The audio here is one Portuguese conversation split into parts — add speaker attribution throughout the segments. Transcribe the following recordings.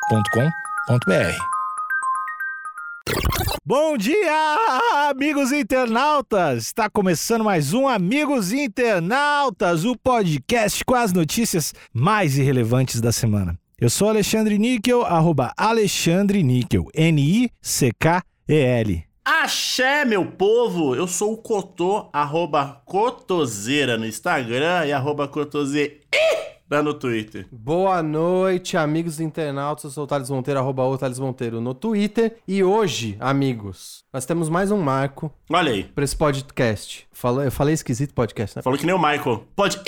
Speaker 1: agenciadepodcast.com.br.
Speaker 2: Bom dia, amigos internautas! Está começando mais um Amigos Internautas, o podcast com as notícias mais irrelevantes da semana. Eu sou Alexandre Níquel, arroba Alexandre Níquel, N-I-C-K-E-L.
Speaker 3: Axé, meu povo! Eu sou o Cotô, arroba Cotoseira no Instagram e arroba Cotoseira no Twitter.
Speaker 4: Boa noite, amigos internautas. Eu sou o Thales Monteiro, arroba o Thales Monteiro no Twitter. E hoje, amigos, nós temos mais um marco
Speaker 3: Olha aí.
Speaker 4: para esse podcast. Fala- eu falei esquisito podcast, né?
Speaker 3: Falou que nem o Michael. Pode.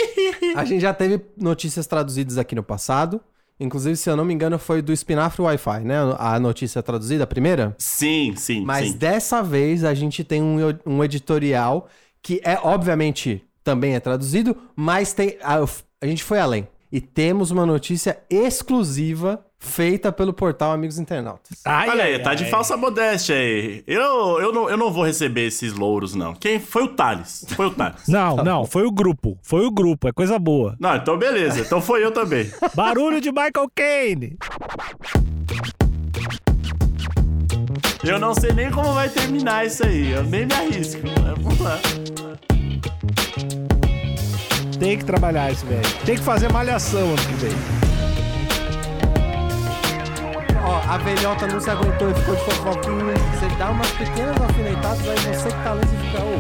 Speaker 4: A gente já teve notícias traduzidas aqui no passado. Inclusive, se eu não me engano, foi do Espinafre Wi-Fi, né? A notícia traduzida, a primeira.
Speaker 3: Sim, sim,
Speaker 4: Mas
Speaker 3: sim.
Speaker 4: dessa vez a gente tem um, um editorial que é, obviamente, também é traduzido, mas tem. A, a gente foi além. E temos uma notícia exclusiva feita pelo portal Amigos Internautas.
Speaker 2: Ai,
Speaker 3: Olha aí,
Speaker 2: ai,
Speaker 3: tá de
Speaker 2: ai.
Speaker 3: falsa modéstia aí. Eu, eu, não, eu não vou receber esses louros, não. Quem? Foi o Thales. Foi o Thales.
Speaker 2: Não, não, foi o grupo, foi o grupo, é coisa boa.
Speaker 3: Não, então beleza. Então foi eu também.
Speaker 2: Barulho de Michael Caine!
Speaker 3: Eu não sei nem como vai terminar isso aí. Eu nem me arrisco. Mas Vamos lá.
Speaker 2: Tem que trabalhar isso, velho. Tem que fazer malhação ano que vem.
Speaker 4: Ó, a velhota não se aguentou e ficou de fofoquinha. Você dá umas pequenas alfinetadas, aí você que tá lendo e fica. "Ô,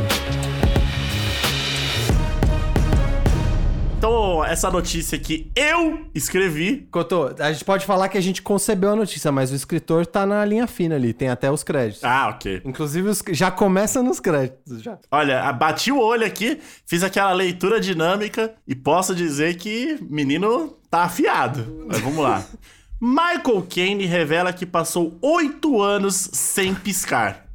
Speaker 3: Então, essa notícia que eu escrevi.
Speaker 4: Cotô, a gente pode falar que a gente concebeu a notícia, mas o escritor tá na linha fina ali, tem até os créditos.
Speaker 3: Ah, ok.
Speaker 4: Inclusive, os- já começa nos créditos, já.
Speaker 3: Olha, a- bati o olho aqui, fiz aquela leitura dinâmica e posso dizer que menino tá afiado. Mas vamos lá. Michael Caine revela que passou oito anos sem piscar.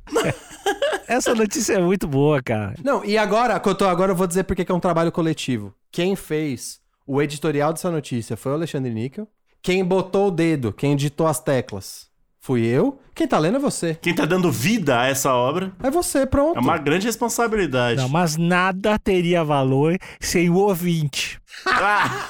Speaker 2: Essa notícia é muito boa, cara.
Speaker 4: Não, e agora, Cotô, agora eu vou dizer porque que é um trabalho coletivo. Quem fez o editorial dessa notícia foi o Alexandre Níquel. Quem botou o dedo, quem ditou as teclas, fui eu. Quem tá lendo é você.
Speaker 3: Quem tá dando vida a essa obra
Speaker 4: É você, pronto.
Speaker 3: é uma grande responsabilidade.
Speaker 2: Não, mas nada teria valor sem o ouvinte.
Speaker 3: Ah,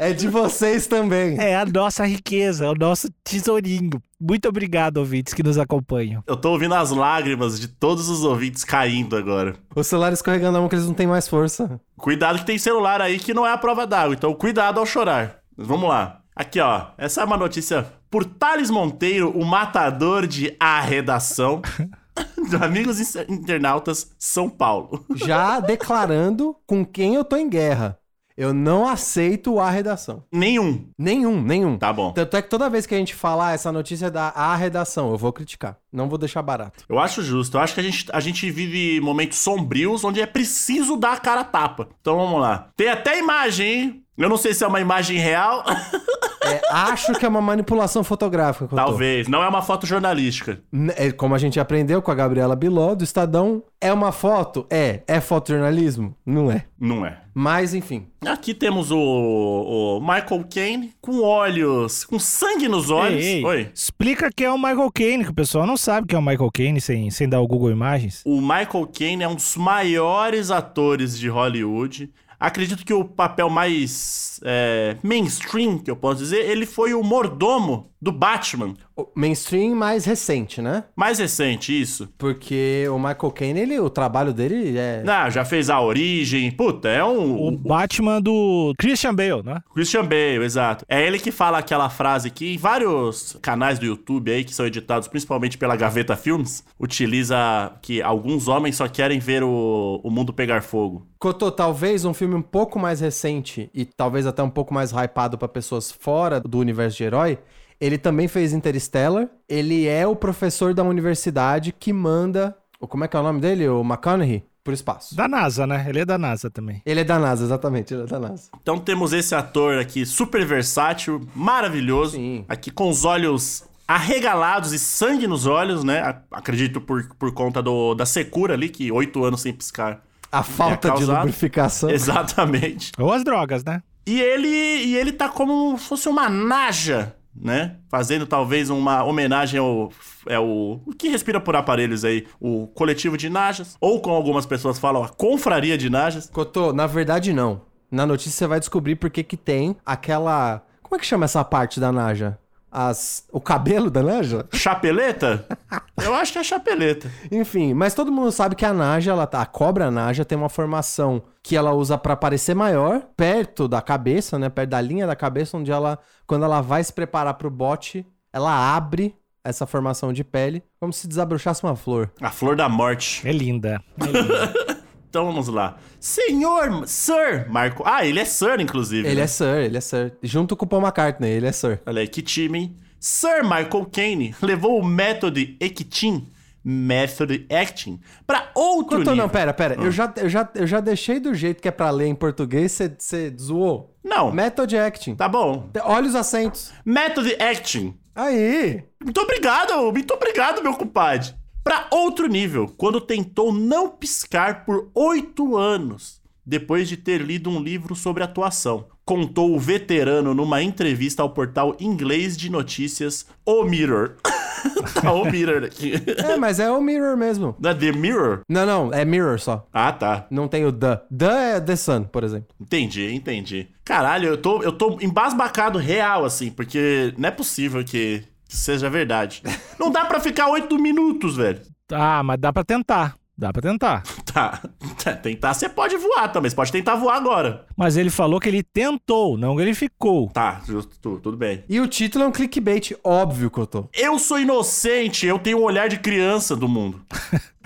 Speaker 4: É de vocês também.
Speaker 2: É a nossa riqueza, é o nosso tesourinho. Muito obrigado, ouvintes que nos acompanham.
Speaker 3: eu tô ouvindo as lágrimas de todos os ouvintes caindo agora.
Speaker 4: O celular escorregando a mão que eles não têm mais força.
Speaker 3: Cuidado que tem celular aí que não é a prova d'água, então cuidado ao chorar. Mas vamos lá. Aqui, ó. Essa é uma notícia por Thales Monteiro, o matador de A Redação, de Amigos Inter- Internautas, São Paulo.
Speaker 4: Já declarando com quem eu tô em guerra. Eu não aceito a redação.
Speaker 3: Nenhum.
Speaker 4: Nenhum, nenhum.
Speaker 3: Tá bom.
Speaker 4: Tanto é que toda vez que a gente falar essa notícia é da a redação, eu vou criticar. Não vou deixar barato.
Speaker 3: Eu acho justo. Eu acho que a gente, a gente vive momentos sombrios onde é preciso dar a cara a tapa. Então vamos lá. Tem até imagem, hein? Eu não sei se é uma imagem real.
Speaker 4: É, acho que é uma manipulação fotográfica. Cotô.
Speaker 3: Talvez. Não é uma foto jornalística.
Speaker 4: N- é, Como a gente aprendeu com a Gabriela Biló, do Estadão. É uma foto? É. É fotojornalismo? Não é.
Speaker 3: Não é.
Speaker 4: Mas, enfim.
Speaker 3: Aqui temos o, o Michael Caine com olhos, com sangue nos olhos.
Speaker 2: Ei, ei,
Speaker 3: Oi.
Speaker 2: Explica quem é o Michael Caine, que o pessoal não sabe quem é o Michael Caine sem, sem dar o Google Imagens.
Speaker 3: O Michael Caine é um dos maiores atores de Hollywood. Acredito que o papel mais é, mainstream, que eu posso dizer, ele foi o mordomo do Batman.
Speaker 4: o Mainstream mais recente, né?
Speaker 3: Mais recente, isso.
Speaker 4: Porque o Michael Caine, ele, o trabalho dele é.
Speaker 3: Ah, já fez A Origem. Puta, é
Speaker 2: O
Speaker 3: um...
Speaker 2: Batman do Christian Bale, né?
Speaker 3: Christian Bale, exato. É ele que fala aquela frase que em vários canais do YouTube aí, que são editados principalmente pela Gaveta Filmes, utiliza que alguns homens só querem ver o, o mundo pegar fogo.
Speaker 4: Cotô, talvez um filme um pouco mais recente e talvez até um pouco mais hypado pra pessoas fora do universo de herói. Ele também fez Interstellar. Ele é o professor da universidade que manda. o- Como é que é o nome dele? O McConaughey? Pro espaço.
Speaker 2: Da NASA, né? Ele é da NASA também.
Speaker 4: Ele é da NASA, exatamente, ele é da NASA.
Speaker 3: Então temos esse ator aqui super versátil, maravilhoso,
Speaker 4: Sim.
Speaker 3: aqui com os olhos arregalados e sangue nos olhos, né? A- Acredito por, por conta do, da secura ali, que oito anos sem piscar.
Speaker 4: A
Speaker 3: É
Speaker 4: falta de
Speaker 3: causado-
Speaker 4: lubrificação.
Speaker 3: Exatamente.
Speaker 2: Ou as drogas, né?
Speaker 3: E ele, e ele tá como se fosse uma naja, né? Fazendo talvez uma homenagem ao. É o, o que respira por aparelhos aí? O coletivo de najas. Ou como algumas pessoas falam, a confraria de najas.
Speaker 4: Cotô, na verdade não. Na notícia você vai descobrir por que que tem aquela Como é que chama essa parte da Naja? As... O cabelo da Naja?
Speaker 3: Chapeleta? Eu acho que é chapeleta.
Speaker 4: Enfim, mas todo mundo sabe que a Naja, ela, tá- a cobra Naja tem uma formação que ela usa pra parecer maior, perto da cabeça, né, perto da linha da cabeça, onde ela, quando ela vai se preparar pro bote, ela abre essa formação de pele, como se desabrochasse uma flor.
Speaker 3: A flor da morte.
Speaker 2: É linda. É linda.
Speaker 3: Então vamos lá. Senhor, Sir Marco. Ah, ele é Sir, inclusive.
Speaker 4: Ele
Speaker 3: né?
Speaker 4: é Sir, ele é Sir. Junto com o Paul McCartney, ele é Sir.
Speaker 3: Olha aí, que time, hein? Sir Michael Caine levou o Method Acting, Method Acting, pra outro
Speaker 4: Quanto,
Speaker 3: nível.
Speaker 4: não, pera, pera. Eu, já, eu, já, eu já deixei do jeito que é pra ler em português, você zoou.
Speaker 3: Não,
Speaker 4: Method acting.
Speaker 3: tá bom.
Speaker 4: Olha os acentos.
Speaker 3: Method Acting.
Speaker 4: Aí!
Speaker 3: Muito obrigado, muito obrigado, meu compadre. Pra outro nível, quando tentou não piscar por oito anos, depois de ter lido um livro sobre atuação. Contou o veterano numa entrevista ao portal inglês de notícias O Mirror. tá o Mirror aqui.
Speaker 4: É, mas é o Mirror mesmo.
Speaker 3: Da The Mirror?
Speaker 4: Não, não, é Mirror só.
Speaker 3: Ah, tá.
Speaker 4: Não tem o The. The é The Sun, por exemplo.
Speaker 3: Entendi, entendi. Caralho, eu tô, eu tô embasbacado real, assim, porque não é possível que seja verdade. Não dá pra ficar oito minutos, velho.
Speaker 2: ah, mas dá pra tentar. Dá pra tentar.
Speaker 3: Tá, tá, tentar você pode voar também, você pode tentar voar agora.
Speaker 2: Mas ele falou que ele tentou, não que ele ficou.
Speaker 3: Tá, justo, tu- tudo bem.
Speaker 4: E o título é um clickbait óbvio que eu tô.
Speaker 3: Eu sou inocente, eu tenho um olhar de criança do mundo.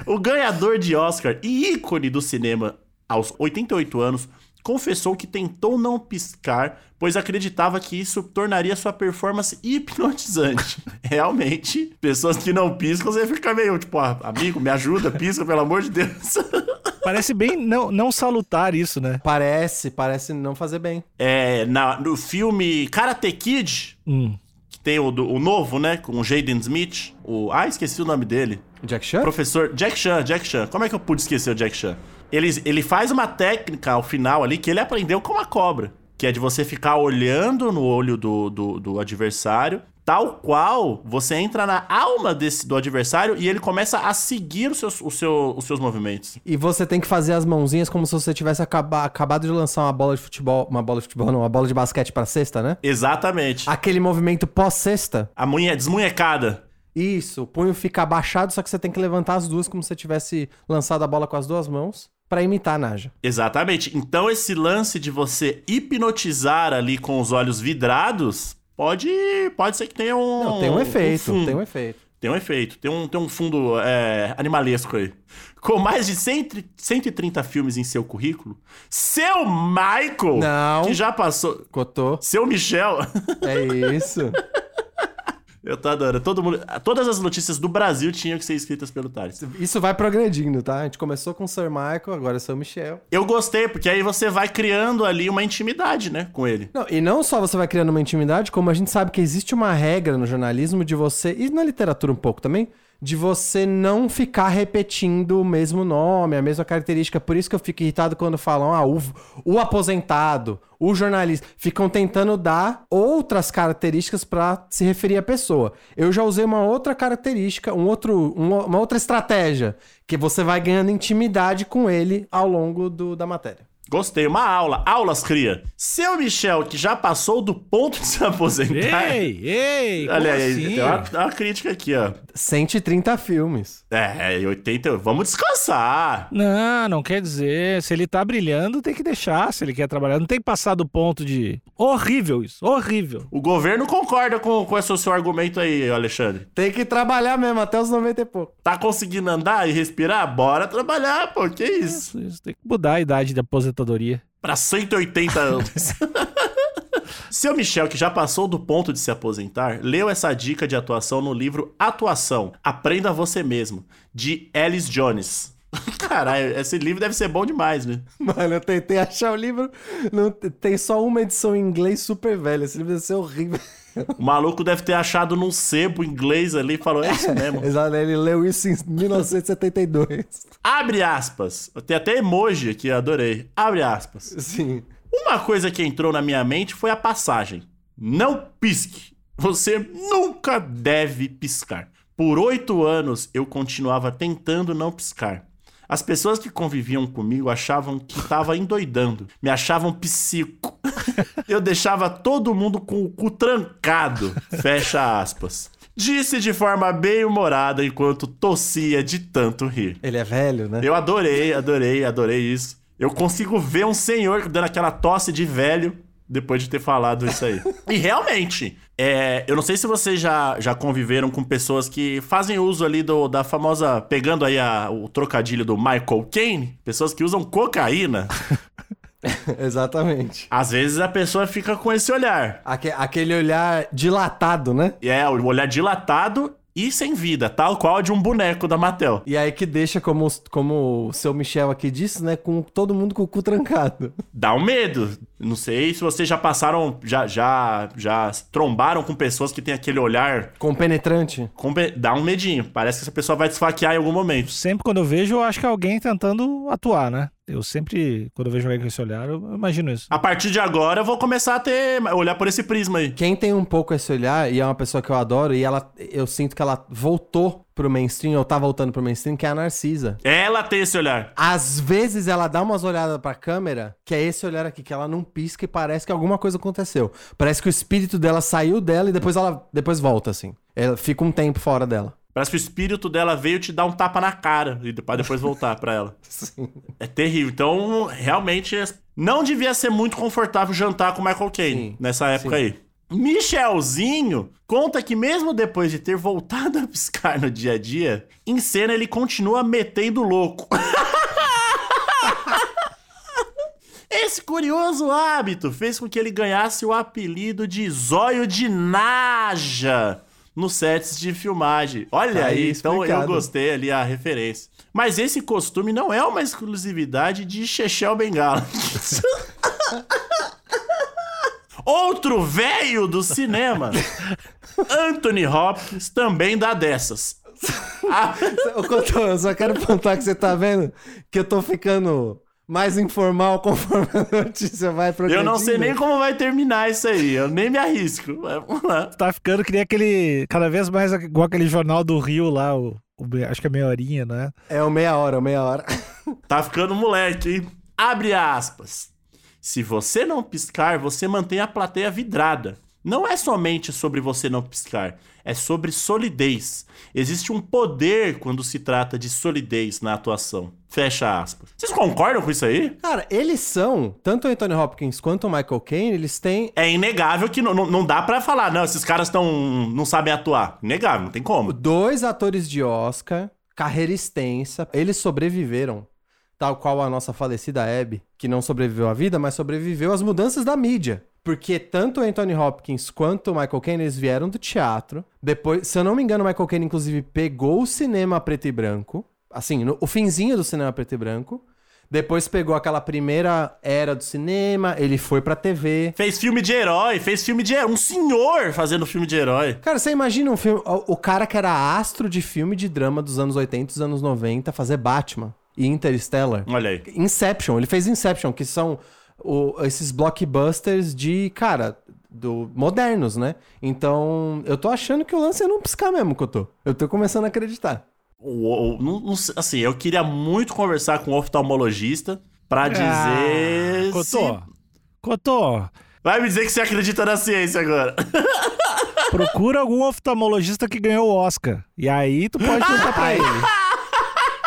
Speaker 3: o ganhador de Oscar e ícone do cinema aos 88 anos confessou que tentou não piscar, pois acreditava que isso tornaria sua performance hipnotizante. Realmente, pessoas que não piscam, você fica meio tipo, ah, amigo, me ajuda, pisca, pelo amor de Deus.
Speaker 2: Parece bem não, não salutar isso, né?
Speaker 4: Parece, parece não fazer bem.
Speaker 3: é, na- no filme Karate Kid,
Speaker 2: Hum.
Speaker 3: que tem o, do- o novo, né, com o Jaden Smith, o... Ah, esqueci o nome dele.
Speaker 4: Jack Chan?
Speaker 3: Professor Jack Chan, Jack Chan. Como é que eu pude esquecer o Jack Chan? Ele, ele faz uma técnica ao final ali que ele aprendeu com a cobra. Que é de você ficar olhando no olho do, do, do adversário, tal qual você entra na alma desse, do adversário e ele começa a seguir os seus, o seu, os seus movimentos.
Speaker 4: E você tem que fazer as mãozinhas como se você tivesse acaba- acabado de lançar uma bola de futebol. Uma bola de futebol, não, uma bola de basquete pra cesta, né?
Speaker 3: Exatamente. A,
Speaker 4: Aquele movimento pós-cesta.
Speaker 3: munhe- desmunhecada.
Speaker 4: Isso, o punho fica abaixado, só que você tem que levantar as duas como se você tivesse lançado a bola com as duas mãos pra imitar a Naja.
Speaker 3: Exatamente. Então esse lance de você hipnotizar ali com os olhos vidrados pode, pode ser que tenha um.
Speaker 4: Não, tem um efeito,
Speaker 3: fundo.
Speaker 4: tem um efeito.
Speaker 3: Tem um efeito, tem um, tem um fundo é, animalesco aí. Com mais de 100, 130 filmes em seu currículo, seu Michael,
Speaker 4: Não.
Speaker 3: que já passou.
Speaker 4: Cotô,
Speaker 3: Seu Michel,
Speaker 4: é isso.
Speaker 3: eu tô adorando. Todo mundo, todas as notícias do Brasil tinham que ser escritas pelo Thales.
Speaker 4: Isso vai progredindo, tá? A gente começou com o Sir Michael, agora é o Sir Michel.
Speaker 3: Eu gostei, porque aí você vai criando ali uma intimidade, né, com ele.
Speaker 4: Não, e não só você vai criando uma intimidade, como a gente sabe que existe uma regra no jornalismo de você, e na literatura um pouco também, de você não ficar repetindo o mesmo nome, a mesma característica. Por isso que eu fico irritado quando falam, ah, o, o aposentado, o jornalista. Ficam tentando dar outras características pra se referir à pessoa. Eu já usei uma outra característica, um outro, uma, uma outra estratégia, que você vai ganhando intimidade com ele ao longo do- da matéria.
Speaker 3: Gostei, uma aula. Aulas cria. Seu Michel, que já passou do ponto de se aposentar.
Speaker 2: Ei, ei, como
Speaker 3: Olha aí,
Speaker 2: assim?
Speaker 3: tem uma, uma crítica aqui, ó.
Speaker 4: 130 filmes.
Speaker 3: É, 80. Vamos descansar.
Speaker 2: Não, não quer dizer. Se ele tá brilhando, tem que deixar. Se ele quer trabalhar, não tem que passar do ponto de. Horrível isso, horrível.
Speaker 3: O governo concorda com, com esse seu argumento aí, Alexandre.
Speaker 4: Tem que trabalhar mesmo, até os 90 e pouco.
Speaker 3: Tá conseguindo andar e respirar? Bora trabalhar, pô. Que isso?
Speaker 2: Isso, isso, tem que mudar a idade da aposentadoria.
Speaker 3: Pra 180 anos. Seu Michel, que já passou do ponto de se aposentar, leu essa dica de atuação no livro Atuação, Aprenda Você Mesmo, de Alice Jones. Caralho, esse livro deve ser bom demais, né?
Speaker 4: Mano, eu tentei achar o livro. não- tem só uma edição em inglês super velha. Esse livro deve ser horrível.
Speaker 3: O maluco deve ter achado num sebo inglês ali e falou, é isso mesmo.
Speaker 4: Exato, ele leu isso em 1972.
Speaker 3: Abre aspas. Tem até emoji aqui, adorei. Abre aspas.
Speaker 4: Sim.
Speaker 3: Uma coisa que entrou na minha mente foi a passagem. Não pisque. Você nunca deve piscar. Por oito anos eu continuava tentando não piscar. As pessoas que conviviam comigo achavam que tava endoidando. Me achavam psico. Eu deixava todo mundo com o cu trancado. Fecha aspas. Disse de forma bem humorada enquanto tossia de tanto rir.
Speaker 4: Ele é velho, né?
Speaker 3: Eu adorei, adorei, adorei isso. Eu consigo ver um senhor dando aquela tosse de velho depois de ter falado isso aí. e realmente, é, eu não sei se vocês já, já conviveram com pessoas que fazem uso ali do, da famosa. Pegando aí a- o trocadilho do Michael Caine, pessoas que usam cocaína.
Speaker 4: Exatamente.
Speaker 3: Às vezes a pessoa fica com esse olhar.
Speaker 4: Aque- aquele olhar dilatado, né?
Speaker 3: E é o olhar dilatado e sem vida, tal qual de um boneco da Mattel.
Speaker 4: E aí que deixa, como, os- como o seu Michel aqui disse, né? Com todo mundo com o cu trancado.
Speaker 3: Dá um medo. Não sei se vocês já passaram, já, já, já trombaram com pessoas que têm aquele olhar.
Speaker 4: Compenetrante.
Speaker 3: com pe- Dá um medinho. Parece que essa pessoa vai te esfaquear em algum momento.
Speaker 2: Sempre quando eu vejo, eu acho que é alguém tentando atuar, né? Eu sempre, quando eu vejo alguém com esse olhar, eu imagino isso.
Speaker 3: A partir de agora eu vou começar a ter. olhar por esse prisma aí.
Speaker 4: Quem tem um pouco esse olhar, e é uma pessoa que eu adoro, e ela eu sinto que ela voltou pro mainstream, ou tá voltando pro mainstream, que é a Narcisa.
Speaker 3: Ela tem esse olhar.
Speaker 4: Às vezes ela dá umas olhadas pra câmera, que é esse olhar aqui, que ela não pisca e parece que alguma coisa aconteceu. Parece que o espírito dela saiu dela e depois ela depois volta, assim. Ela fica um tempo fora dela.
Speaker 3: Parece que o espírito dela veio te dar um tapa na cara e pra depois voltar pra ela. É terrível. Então, realmente, não devia ser muito confortável jantar com o Michael Caine
Speaker 4: Sim,
Speaker 3: nessa época aí. Michelzinho conta que mesmo depois de ter voltado a piscar no dia a dia, em cena ele continua metendo louco. Esse curioso hábito fez com que ele ganhasse o apelido de Zóio de Naja nos sets de filmagem. Olha
Speaker 4: Tá aí
Speaker 3: aí, então eu
Speaker 4: explicado.
Speaker 3: gostei ali a referência. Mas esse costume não é uma exclusividade de Chechel Bengala. Outro velho do cinema, Anthony Hopkins, também dá dessas. Ah,
Speaker 4: Ô, Cotô, eu só quero apontar que você tá vendo que eu tô ficando mais informal conforme a notícia vai progredindo.
Speaker 3: eu não sei nem como vai terminar isso aí, eu nem me arrisco. Mas Vamos lá.
Speaker 2: Tá ficando que nem aquele, cada vez mais igual aquele jornal do Rio lá, o, o me- acho que é meia horinha, né?
Speaker 4: É o meia hora, o meia hora.
Speaker 3: Tá ficando moleque, hein? Abre aspas. Se você não piscar, você mantém a plateia vidrada. Não é somente sobre você não piscar, é sobre solidez. Existe um poder quando se trata de solidez na atuação. Fecha aspas. Vocês concordam com isso aí?
Speaker 4: Cara, eles são, tanto o Anthony Hopkins quanto o Michael Caine, eles têm
Speaker 3: É inegável que não, não, não dá pra falar, não, esses caras tão, não sabem atuar. Inegável, não tem como.
Speaker 4: dois atores de Oscar, carreira extensa. Eles sobreviveram, tal qual a nossa falecida Abby, que não sobreviveu à vida, mas sobreviveu às mudanças da mídia. Porque tanto o Anthony Hopkins quanto o Michael Caine, eles vieram do teatro. Depois, se eu não me engano, o Michael Caine, inclusive, pegou o cinema preto e branco. Assim, no- o finzinho do cinema preto e branco. Depois pegou aquela primeira era do cinema, ele foi pra TV.
Speaker 3: Fez filme de herói, fez filme de herói. Um senhor fazendo filme de herói.
Speaker 4: Cara, você imagina um filme. O o cara que era astro de filme de drama dos anos 80 dos anos 90 fazer Batman e Interstellar.
Speaker 3: Olha aí.
Speaker 4: Inception, ele fez Inception, que são o- esses blockbusters de, cara, do modernos, né? Então, eu tô achando que o lance é não piscar mesmo que eu tô. Eu tô começando a acreditar.
Speaker 3: O- o- não- não sei- assim, eu queria muito conversar com um oftalmologista
Speaker 2: Ah,
Speaker 3: pra dizer. se-
Speaker 2: Cotô, Cotô,
Speaker 3: Vai me dizer que você acredita na ciência agora.
Speaker 2: procura algum oftalmologista que ganhou o Oscar. E aí tu pode perguntar pra ele.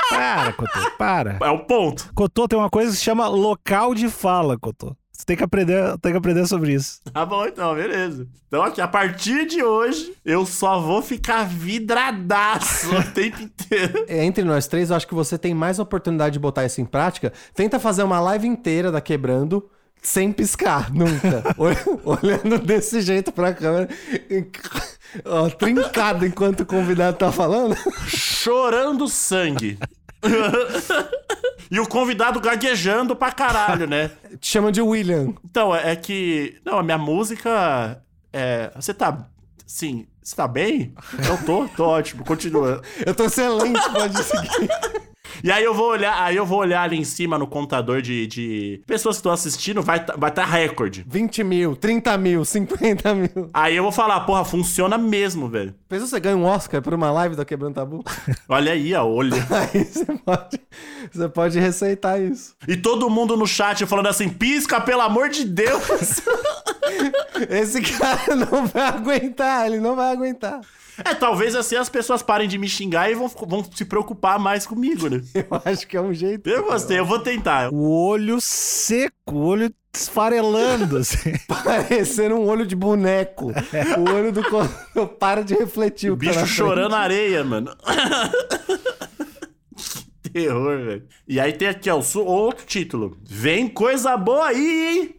Speaker 2: Para, Cotô, para.
Speaker 3: É o ponto.
Speaker 2: Cotô tem uma coisa que se chama local de fala, Cotô. Você tem que aprender, tem que aprender sobre isso.
Speaker 3: Tá bom, então, beleza. Então, aqui, a partir de hoje, eu só vou ficar vidradaço o tempo inteiro.
Speaker 4: É, Entre nós três, eu acho que você tem mais oportunidade de botar isso em prática. Tenta fazer uma live inteira da Quebrando sem piscar, nunca. Ol- Olhando desse jeito pra câmera, em- ó, trincado enquanto o convidado tá falando.
Speaker 3: Chorando sangue. e o convidado gaguejando pra caralho, né?
Speaker 4: Te chama de William.
Speaker 3: Então, é é que. Não, a minha música. É. Você tá. Sim, você tá bem? Eu tô, tô ótimo, continua.
Speaker 4: Eu tô excelente, pode seguir.
Speaker 3: E aí eu vou olhar, aí eu vou olhar ali em cima no contador de, de pessoas que estão assistindo, vai estar vai tá recorde.
Speaker 4: 20 mil, 30 mil, 50 mil.
Speaker 3: Aí eu vou falar, porra, funciona mesmo, velho.
Speaker 4: Pensa se você ganha um Oscar por uma live da Quebrando Tabu?
Speaker 3: Olha aí, ó, olho.
Speaker 4: Aí você pode, você pode receitar isso.
Speaker 3: E todo mundo no chat falando assim, pisca, pelo amor de Deus.
Speaker 4: Esse cara não vai aguentar, ele não vai aguentar.
Speaker 3: é, talvez assim as pessoas parem de me xingar e vão, vão se preocupar mais comigo, né?
Speaker 4: Eu acho que é um jeito.
Speaker 3: Eu gostei, eu vou tentar.
Speaker 2: O olho seco, o olho esfarelando, assim.
Speaker 4: Parecendo um olho de boneco. O olho do. co- Eu paro de refletir.
Speaker 3: O
Speaker 4: que tá na
Speaker 3: bicho
Speaker 4: frente.
Speaker 3: chorando na areia, mano. Que Terror, velho. E aí tem aqui, ó, o su- outro título. Vem coisa boa aí, hein?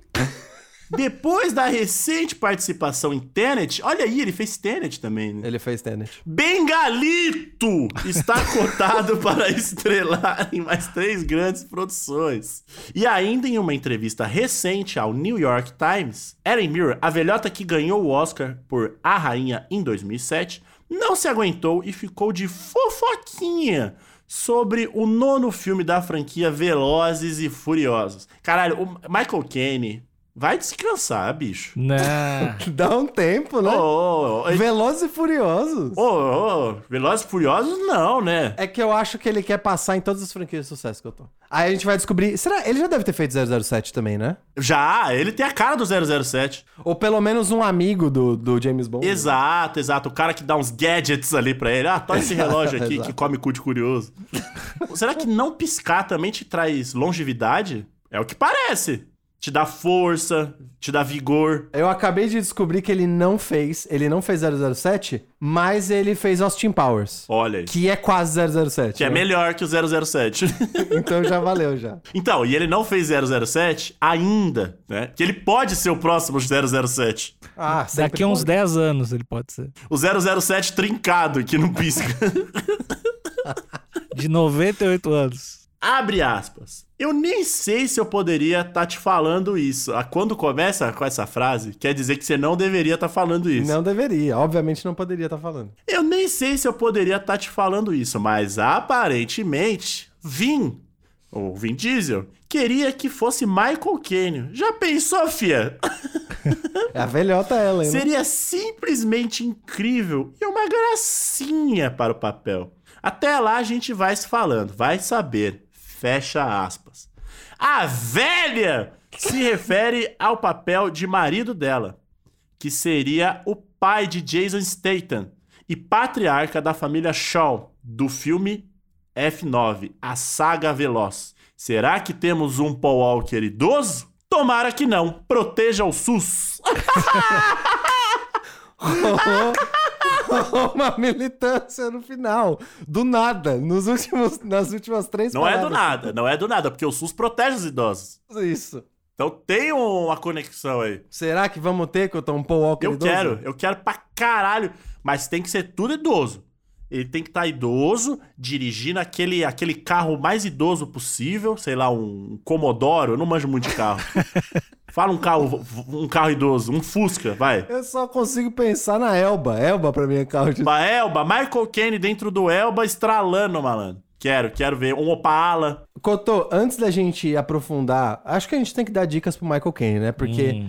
Speaker 3: Depois da recente participação em Tenet, olha aí, ele fez Tenet também, né?
Speaker 4: Ele fez Tenet.
Speaker 3: Bengalito está cotado para estrelar em mais três grandes produções. E ainda em uma entrevista recente ao New York Times, Erin Mirror, a velhota que ganhou o Oscar por A Rainha em 2007, não se aguentou e ficou de fofoquinha sobre o nono filme da franquia Velozes e Furiosos. Caralho, o Michael Caine vai descansar, bicho.
Speaker 2: Não.
Speaker 4: Dá um tempo, né?
Speaker 3: Ô, ô, ô,
Speaker 4: Velozes e Furiosos.
Speaker 3: Ô, ô, Velozes e Furiosos não, né?
Speaker 4: É que eu acho que ele quer passar em todas as franquias de sucesso que eu tô. Aí a gente vai descobrir. Será? Ele já deve ter feito 007 também, né?
Speaker 3: Já, ele tem a cara do 007.
Speaker 4: Ou pelo menos um amigo do, do James Bond.
Speaker 3: Uhum. Exato, exato. O cara que dá uns gadgets ali pra ele. Ah, toma esse relógio aqui
Speaker 4: exato.
Speaker 3: que come cu de curioso. Será que não piscar também te traz longevidade? É o que parece. Te dá força, te dá vigor.
Speaker 4: Eu acabei de descobrir que ele não fez. Ele não fez 007, mas ele fez Austin Powers.
Speaker 3: Olha aí. Que,
Speaker 4: Que é quase 007.
Speaker 3: é
Speaker 4: né?
Speaker 3: melhor que o 007.
Speaker 4: Então já valeu já.
Speaker 3: então, e ele não fez 007 ainda, né? Que ele pode ser o próximo 007.
Speaker 4: Ah, sempre
Speaker 2: Daqui a uns
Speaker 4: pode.
Speaker 2: 10 anos ele pode ser.
Speaker 3: O 007 trincado, que não pisca.
Speaker 2: De 98 anos.
Speaker 3: Abre aspas. Eu nem sei se eu poderia estar te falando isso. Ah, Quando começa com essa frase, quer dizer que você não deveria estar falando isso.
Speaker 4: Não deveria. Obviamente não poderia estar falando.
Speaker 3: Eu nem sei se eu poderia estar te falando isso, mas aparentemente, Vin, ou Vin Diesel, queria que fosse Michael Caine. Já pensou, fia?
Speaker 4: É a velhota ela, hein? né?
Speaker 3: Seria simplesmente incrível e uma gracinha para o papel. Até lá a gente vai se falando, vai saber. Fecha aspas. A velha se refere ao papel de marido dela, que seria o pai de Jason Statham e patriarca da família Shaw do filme F9, a saga veloz. Será que temos um Paul Walker idoso? Tomara que não. Proteja o SUS.
Speaker 4: Uma militância no final. Do nada. Nos últimos, nas últimas três
Speaker 3: Não é do
Speaker 4: palavras.
Speaker 3: nada, não é do nada, porque o SUS protege os idosos.
Speaker 4: Isso.
Speaker 3: Então tem uma conexão aí.
Speaker 4: Será que vamos ter, Couto, um Paul Walker
Speaker 3: Eu
Speaker 4: idoso?
Speaker 3: quero, eu quero pra caralho, mas tem que ser tudo idoso. Ele tem que estar idoso, dirigindo aquele, aquele carro mais idoso possível, sei lá, um Comodoro, eu não manjo muito de carro. Fala um carro, um carro idoso, um Fusca, vai.
Speaker 4: Eu só consigo pensar na Elba. Elba pra mim é carro de...
Speaker 3: Elba, Elba, Michael Caine dentro do Elba estralando, malandro. Quero, quero ver. Um Opala.
Speaker 4: Cotô, antes da gente aprofundar, acho que a gente tem que dar dicas pro Michael Caine, né? Porque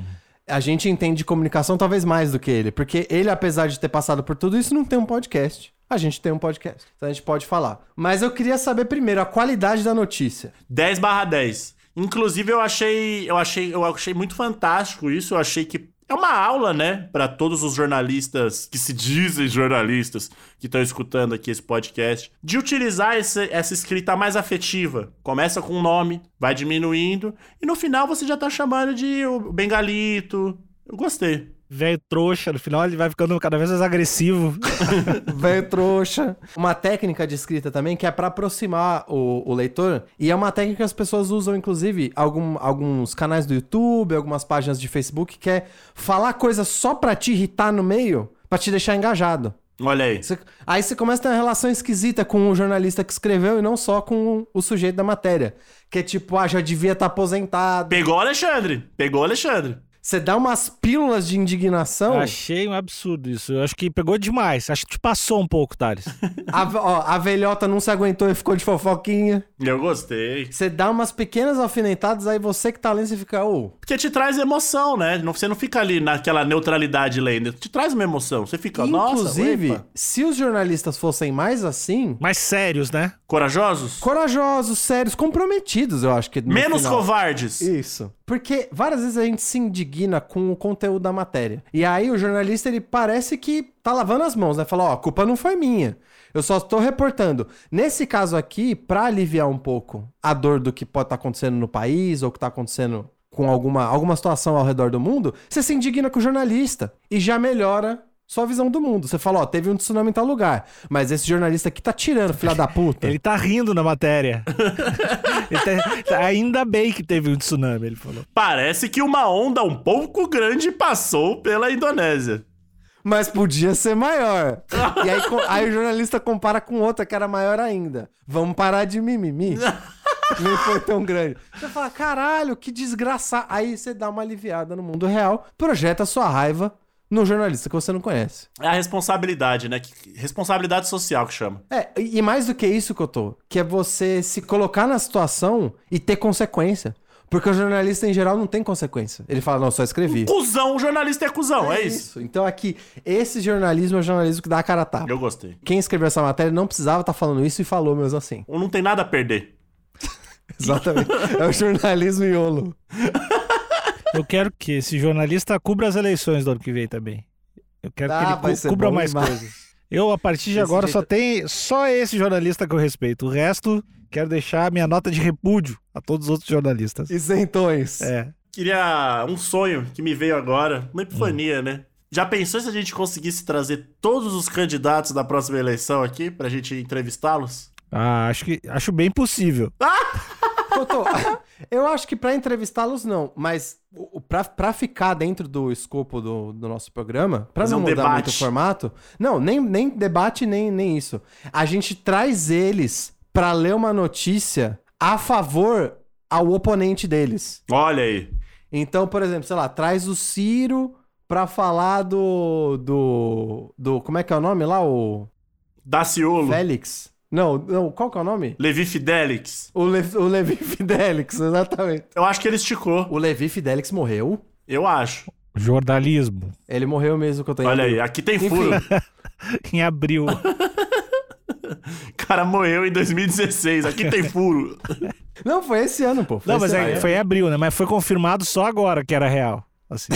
Speaker 4: a gente entende de comunicação talvez mais do que ele. Porque ele, apesar de ter passado por tudo isso, não tem um podcast. A gente tem um podcast. Então a gente pode falar. Mas eu queria saber primeiro a qualidade da notícia.
Speaker 3: 10 barra 10. Inclusive, eu achei, eu achei, eu achei muito fantástico isso. Eu achei que é uma aula, né, Pra todos os jornalistas que se dizem jornalistas que estão escutando aqui esse podcast, de utilizar esse- essa escrita mais afetiva. Começa com um nome, vai diminuindo e no final você já tá chamando de o bengalito. Eu gostei.
Speaker 2: Velho trouxa, no final ele vai ficando cada vez mais agressivo.
Speaker 4: Velho trouxa. Uma técnica de escrita também que é pra aproximar o, o leitor. E é uma técnica que as pessoas usam, inclusive, algum- alguns canais do YouTube, algumas páginas de Facebook, que é falar coisa só pra te irritar no meio, pra te deixar engajado.
Speaker 3: Olha aí.
Speaker 4: Você- aí você começa a ter uma relação esquisita com o jornalista que escreveu e não só com o sujeito da matéria. Que é tipo, ah, já devia estar aposentado.
Speaker 3: Pegou o Alexandre. Pegou o Alexandre.
Speaker 4: Você dá umas pílulas de indignação.
Speaker 2: Achei um absurdo isso. Eu acho que pegou demais. Acho que te passou um pouco, Thales.
Speaker 4: A, ve- ó, a velhota não se aguentou e ficou de fofoquinha.
Speaker 3: Eu gostei.
Speaker 4: Você dá umas pequenas alfinetadas, aí você que tá lendo, você fica, ô,
Speaker 3: Porque te traz emoção, né? Não- Você não fica ali naquela neutralidade lendo. Te traz uma emoção. Você fica,
Speaker 4: Inclusive,
Speaker 3: nossa, epa.
Speaker 4: se os jornalistas fossem mais assim,
Speaker 2: Mas sérios, né?
Speaker 3: Corajosos?
Speaker 4: corajosos, sérios, comprometidos, eu acho que. no
Speaker 3: Menos
Speaker 4: final.
Speaker 3: covardes.
Speaker 4: Isso. Porque várias vezes a gente se indigna com o conteúdo da matéria. E aí o jornalista, ele parece que tá lavando as mãos, né? Fala, ó, a culpa não foi minha. Eu só estou reportando. Nesse caso aqui, pra aliviar um pouco a dor do que pode estar acontecendo no país ou que tá acontecendo com alguma, alguma situação ao redor do mundo, você se indigna com o jornalista e já melhora sua visão do mundo. Você fala, ó, teve um tsunami em tal lugar, mas esse jornalista aqui tá tirando, filha da puta.
Speaker 2: Ele tá rindo na matéria. Ele tá- tá- ainda bem que teve um tsunami, ele falou.
Speaker 3: Parece que uma onda um pouco grande passou pela Indonésia.
Speaker 4: mas podia ser maior. E aí, co- aí o jornalista compara com outra que era maior ainda. Vamos parar de mimimi. Nem foi tão grande. Você fala, caralho, que desgraçado. Aí você dá uma aliviada no mundo real, projeta sua raiva no jornalista que você não conhece.
Speaker 3: É a responsabilidade, né? Que- Responsabilidade social que chama.
Speaker 4: É, e e mais do que isso, Cotô, que é você se colocar na situação e ter consequência. Porque o jornalista, em geral, não tem consequência. Ele fala, não, só escrevi.
Speaker 3: Cusão, o jornalista é cuzão, é, isso.
Speaker 4: Então aqui, esse jornalismo é o jornalismo que dá a cara a tapa.
Speaker 3: Eu gostei.
Speaker 4: Quem escreveu essa matéria não precisava estar falando isso e falou mesmo assim.
Speaker 3: Ou Um, Não tem nada a perder.
Speaker 4: Exatamente. é o jornalismo iolo.
Speaker 2: Eu quero que esse jornalista cubra as eleições do ano que vem também. Eu quero
Speaker 4: Ah,
Speaker 2: que
Speaker 4: vai
Speaker 2: ele
Speaker 4: ser
Speaker 2: cu- cubra
Speaker 4: bom
Speaker 2: mais
Speaker 4: demais.
Speaker 2: coisas. Eu, a partir de
Speaker 4: Desse
Speaker 2: agora, só
Speaker 4: jeito-
Speaker 2: tem só esse jornalista que eu respeito. O resto, quero deixar minha nota de repúdio a todos os outros jornalistas.
Speaker 4: Isentões.
Speaker 2: É.
Speaker 3: Queria um sonho que me veio agora, uma
Speaker 4: Hum.
Speaker 3: epifania, né? Já pensou se a gente conseguisse trazer todos os candidatos da próxima eleição aqui pra gente entrevistá-los?
Speaker 2: Ah, acho que acho bem possível.
Speaker 4: Cotô, eu acho que pra entrevistá-los não, mas o- o- pra, pra ficar dentro do escopo do, do nosso programa, pra
Speaker 3: Fazer
Speaker 4: não
Speaker 3: um
Speaker 4: mudar
Speaker 3: debate.
Speaker 4: muito o formato, não, nem, nem debate, nem, nem isso. A gente traz eles pra ler uma notícia a favor ao oponente deles.
Speaker 3: Olha aí.
Speaker 4: Então, por exemplo, sei lá, traz o Ciro pra falar do. do. do como é que é o nome lá? O.
Speaker 3: Daciolo.
Speaker 4: Félix? Não, não, qual que é o nome?
Speaker 3: Levi Fidelix.
Speaker 4: O, Le- o Levi Fidelix, exatamente.
Speaker 3: Eu acho que ele esticou.
Speaker 4: O Levi Fidelix morreu.
Speaker 3: Eu acho.
Speaker 2: Jornalismo.
Speaker 4: Ele morreu mesmo que eu tô
Speaker 3: Olha aí, aqui tem
Speaker 4: Enfim.
Speaker 3: furo.
Speaker 2: Em abril.
Speaker 3: O cara morreu em 2016. Aqui tem furo.
Speaker 4: Não, foi esse ano, pô. Foi
Speaker 2: Não, mas
Speaker 4: esse
Speaker 2: é-
Speaker 4: ano.
Speaker 2: foi em abril, né? Mas foi confirmado só agora que era real. Assim.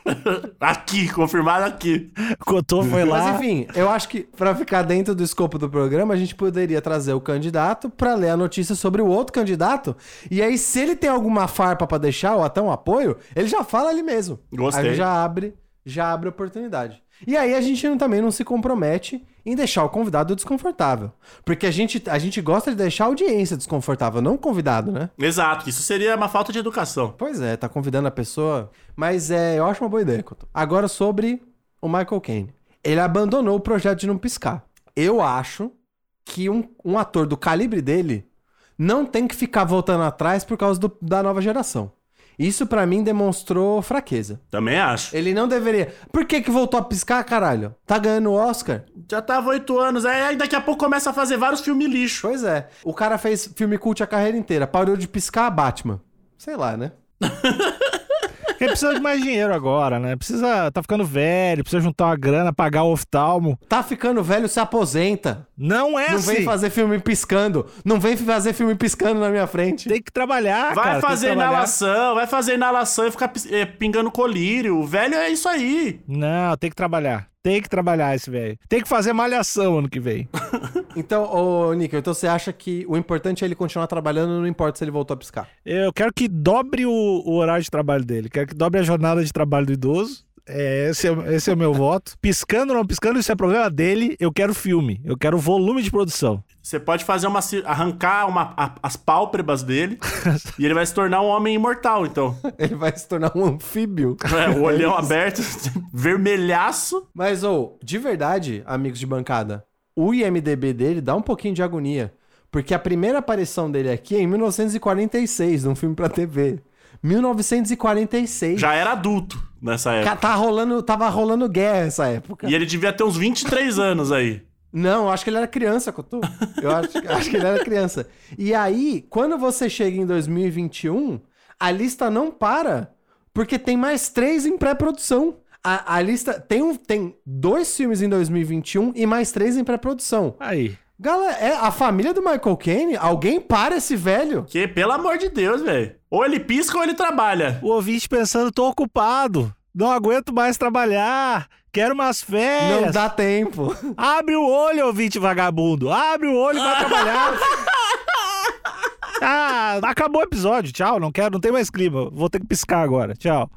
Speaker 3: Aqui, confirmado aqui.
Speaker 2: Cotô foi lá.
Speaker 4: Mas enfim, eu acho que pra ficar dentro do escopo do programa, a gente poderia trazer o candidato pra ler a notícia sobre o outro candidato. E aí, se ele tem alguma farpa pra deixar ou até um apoio, ele já fala ali mesmo.
Speaker 3: Gostei.
Speaker 4: Aí já abre, já abre oportunidade. E aí a gente não- também não se compromete em deixar o convidado desconfortável. Porque a gente, a gente gosta de deixar a audiência desconfortável, não o convidado, né?
Speaker 3: Exato, isso seria uma falta de educação.
Speaker 4: Pois é, tá convidando a pessoa. Mas é, eu acho uma boa ideia, Couto. Agora sobre o Michael Caine. Ele abandonou o projeto de não piscar. Eu acho que um, um ator do calibre dele não tem que ficar voltando atrás por causa do- da nova geração. Isso pra mim demonstrou fraqueza.
Speaker 3: Também acho.
Speaker 4: Ele não deveria. Por que que voltou a piscar, caralho? Tá ganhando Oscar?
Speaker 3: Já tava oito anos, É, aí aí daqui a pouco começa a fazer vários filmes lixo.
Speaker 4: Pois é. O cara fez filme cult a carreira inteira. Parou de piscar Batman. Sei lá, né?
Speaker 2: Porque precisa de mais dinheiro agora, né? Precisa. Tá ficando velho, precisa juntar uma grana, pagar o oftalmo.
Speaker 4: Tá ficando velho, se aposenta.
Speaker 2: Não é
Speaker 4: Não
Speaker 2: assim.
Speaker 4: vem fazer filme piscando. Não vem fazer filme piscando na minha frente.
Speaker 2: Tem que trabalhar, Ah,
Speaker 3: Vai
Speaker 2: cara. tem que
Speaker 3: fazer
Speaker 2: trabalhar.
Speaker 3: inalação, vai fazer inalação e ficar pis- eh, pingando colírio. O velho é isso aí.
Speaker 2: Não, tem que trabalhar. Tem que trabalhar esse velho. Tem que fazer malhação ano que vem.
Speaker 4: Então, ô, Nico, então você acha que o importante é ele continuar trabalhando, não importa se ele voltou a piscar.
Speaker 2: Eu quero que dobre o, o horário de trabalho dele. Quero que dobre a jornada de trabalho do idoso. É, esse, é, esse é o meu voto. Piscando ou não piscando, isso é problema dele. Eu quero filme. Eu quero volume de produção.
Speaker 3: Você pode fazer uma. ci- arrancar uma- a- as pálpebras dele e ele vai se tornar um homem imortal, então.
Speaker 4: Ele vai se tornar um anfíbio.
Speaker 3: É, o olhão aberto, vermelhaço.
Speaker 4: Mas, ô, de verdade, amigos de bancada, o IMDB dele dá um pouquinho de agonia. Porque a primeira aparição dele aqui é em 1946, num filme pra TV. 1946.
Speaker 3: Já era adulto nessa época.
Speaker 4: Ca- Tá rolando, tava rolando guerra essa época.
Speaker 3: E ele devia ter uns 23 anos aí.
Speaker 4: Não, eu acho que ele era criança, Cotu. Eu acho, que- acho que ele era criança. E aí, quando você chega em 2021, a lista não para, porque tem mais três em pré-produção. A, a lista tem, um, tem dois filmes em 2021 e mais três em pré-produção.
Speaker 2: Aí.
Speaker 4: Galera, é a família do Michael Caine, alguém para esse velho.
Speaker 3: Que, pelo amor de Deus, velho. Ou ele pisca ou ele trabalha.
Speaker 2: O ouvinte pensando, tô ocupado, não aguento mais trabalhar, quero umas férias.
Speaker 4: Não dá tempo.
Speaker 2: Abre o olho, ouvinte vagabundo. Abre o olho e vai trabalhar. Ah, acabou o episódio. Tchau, não quero, não tem mais clima. Vou ter que piscar agora. Tchau.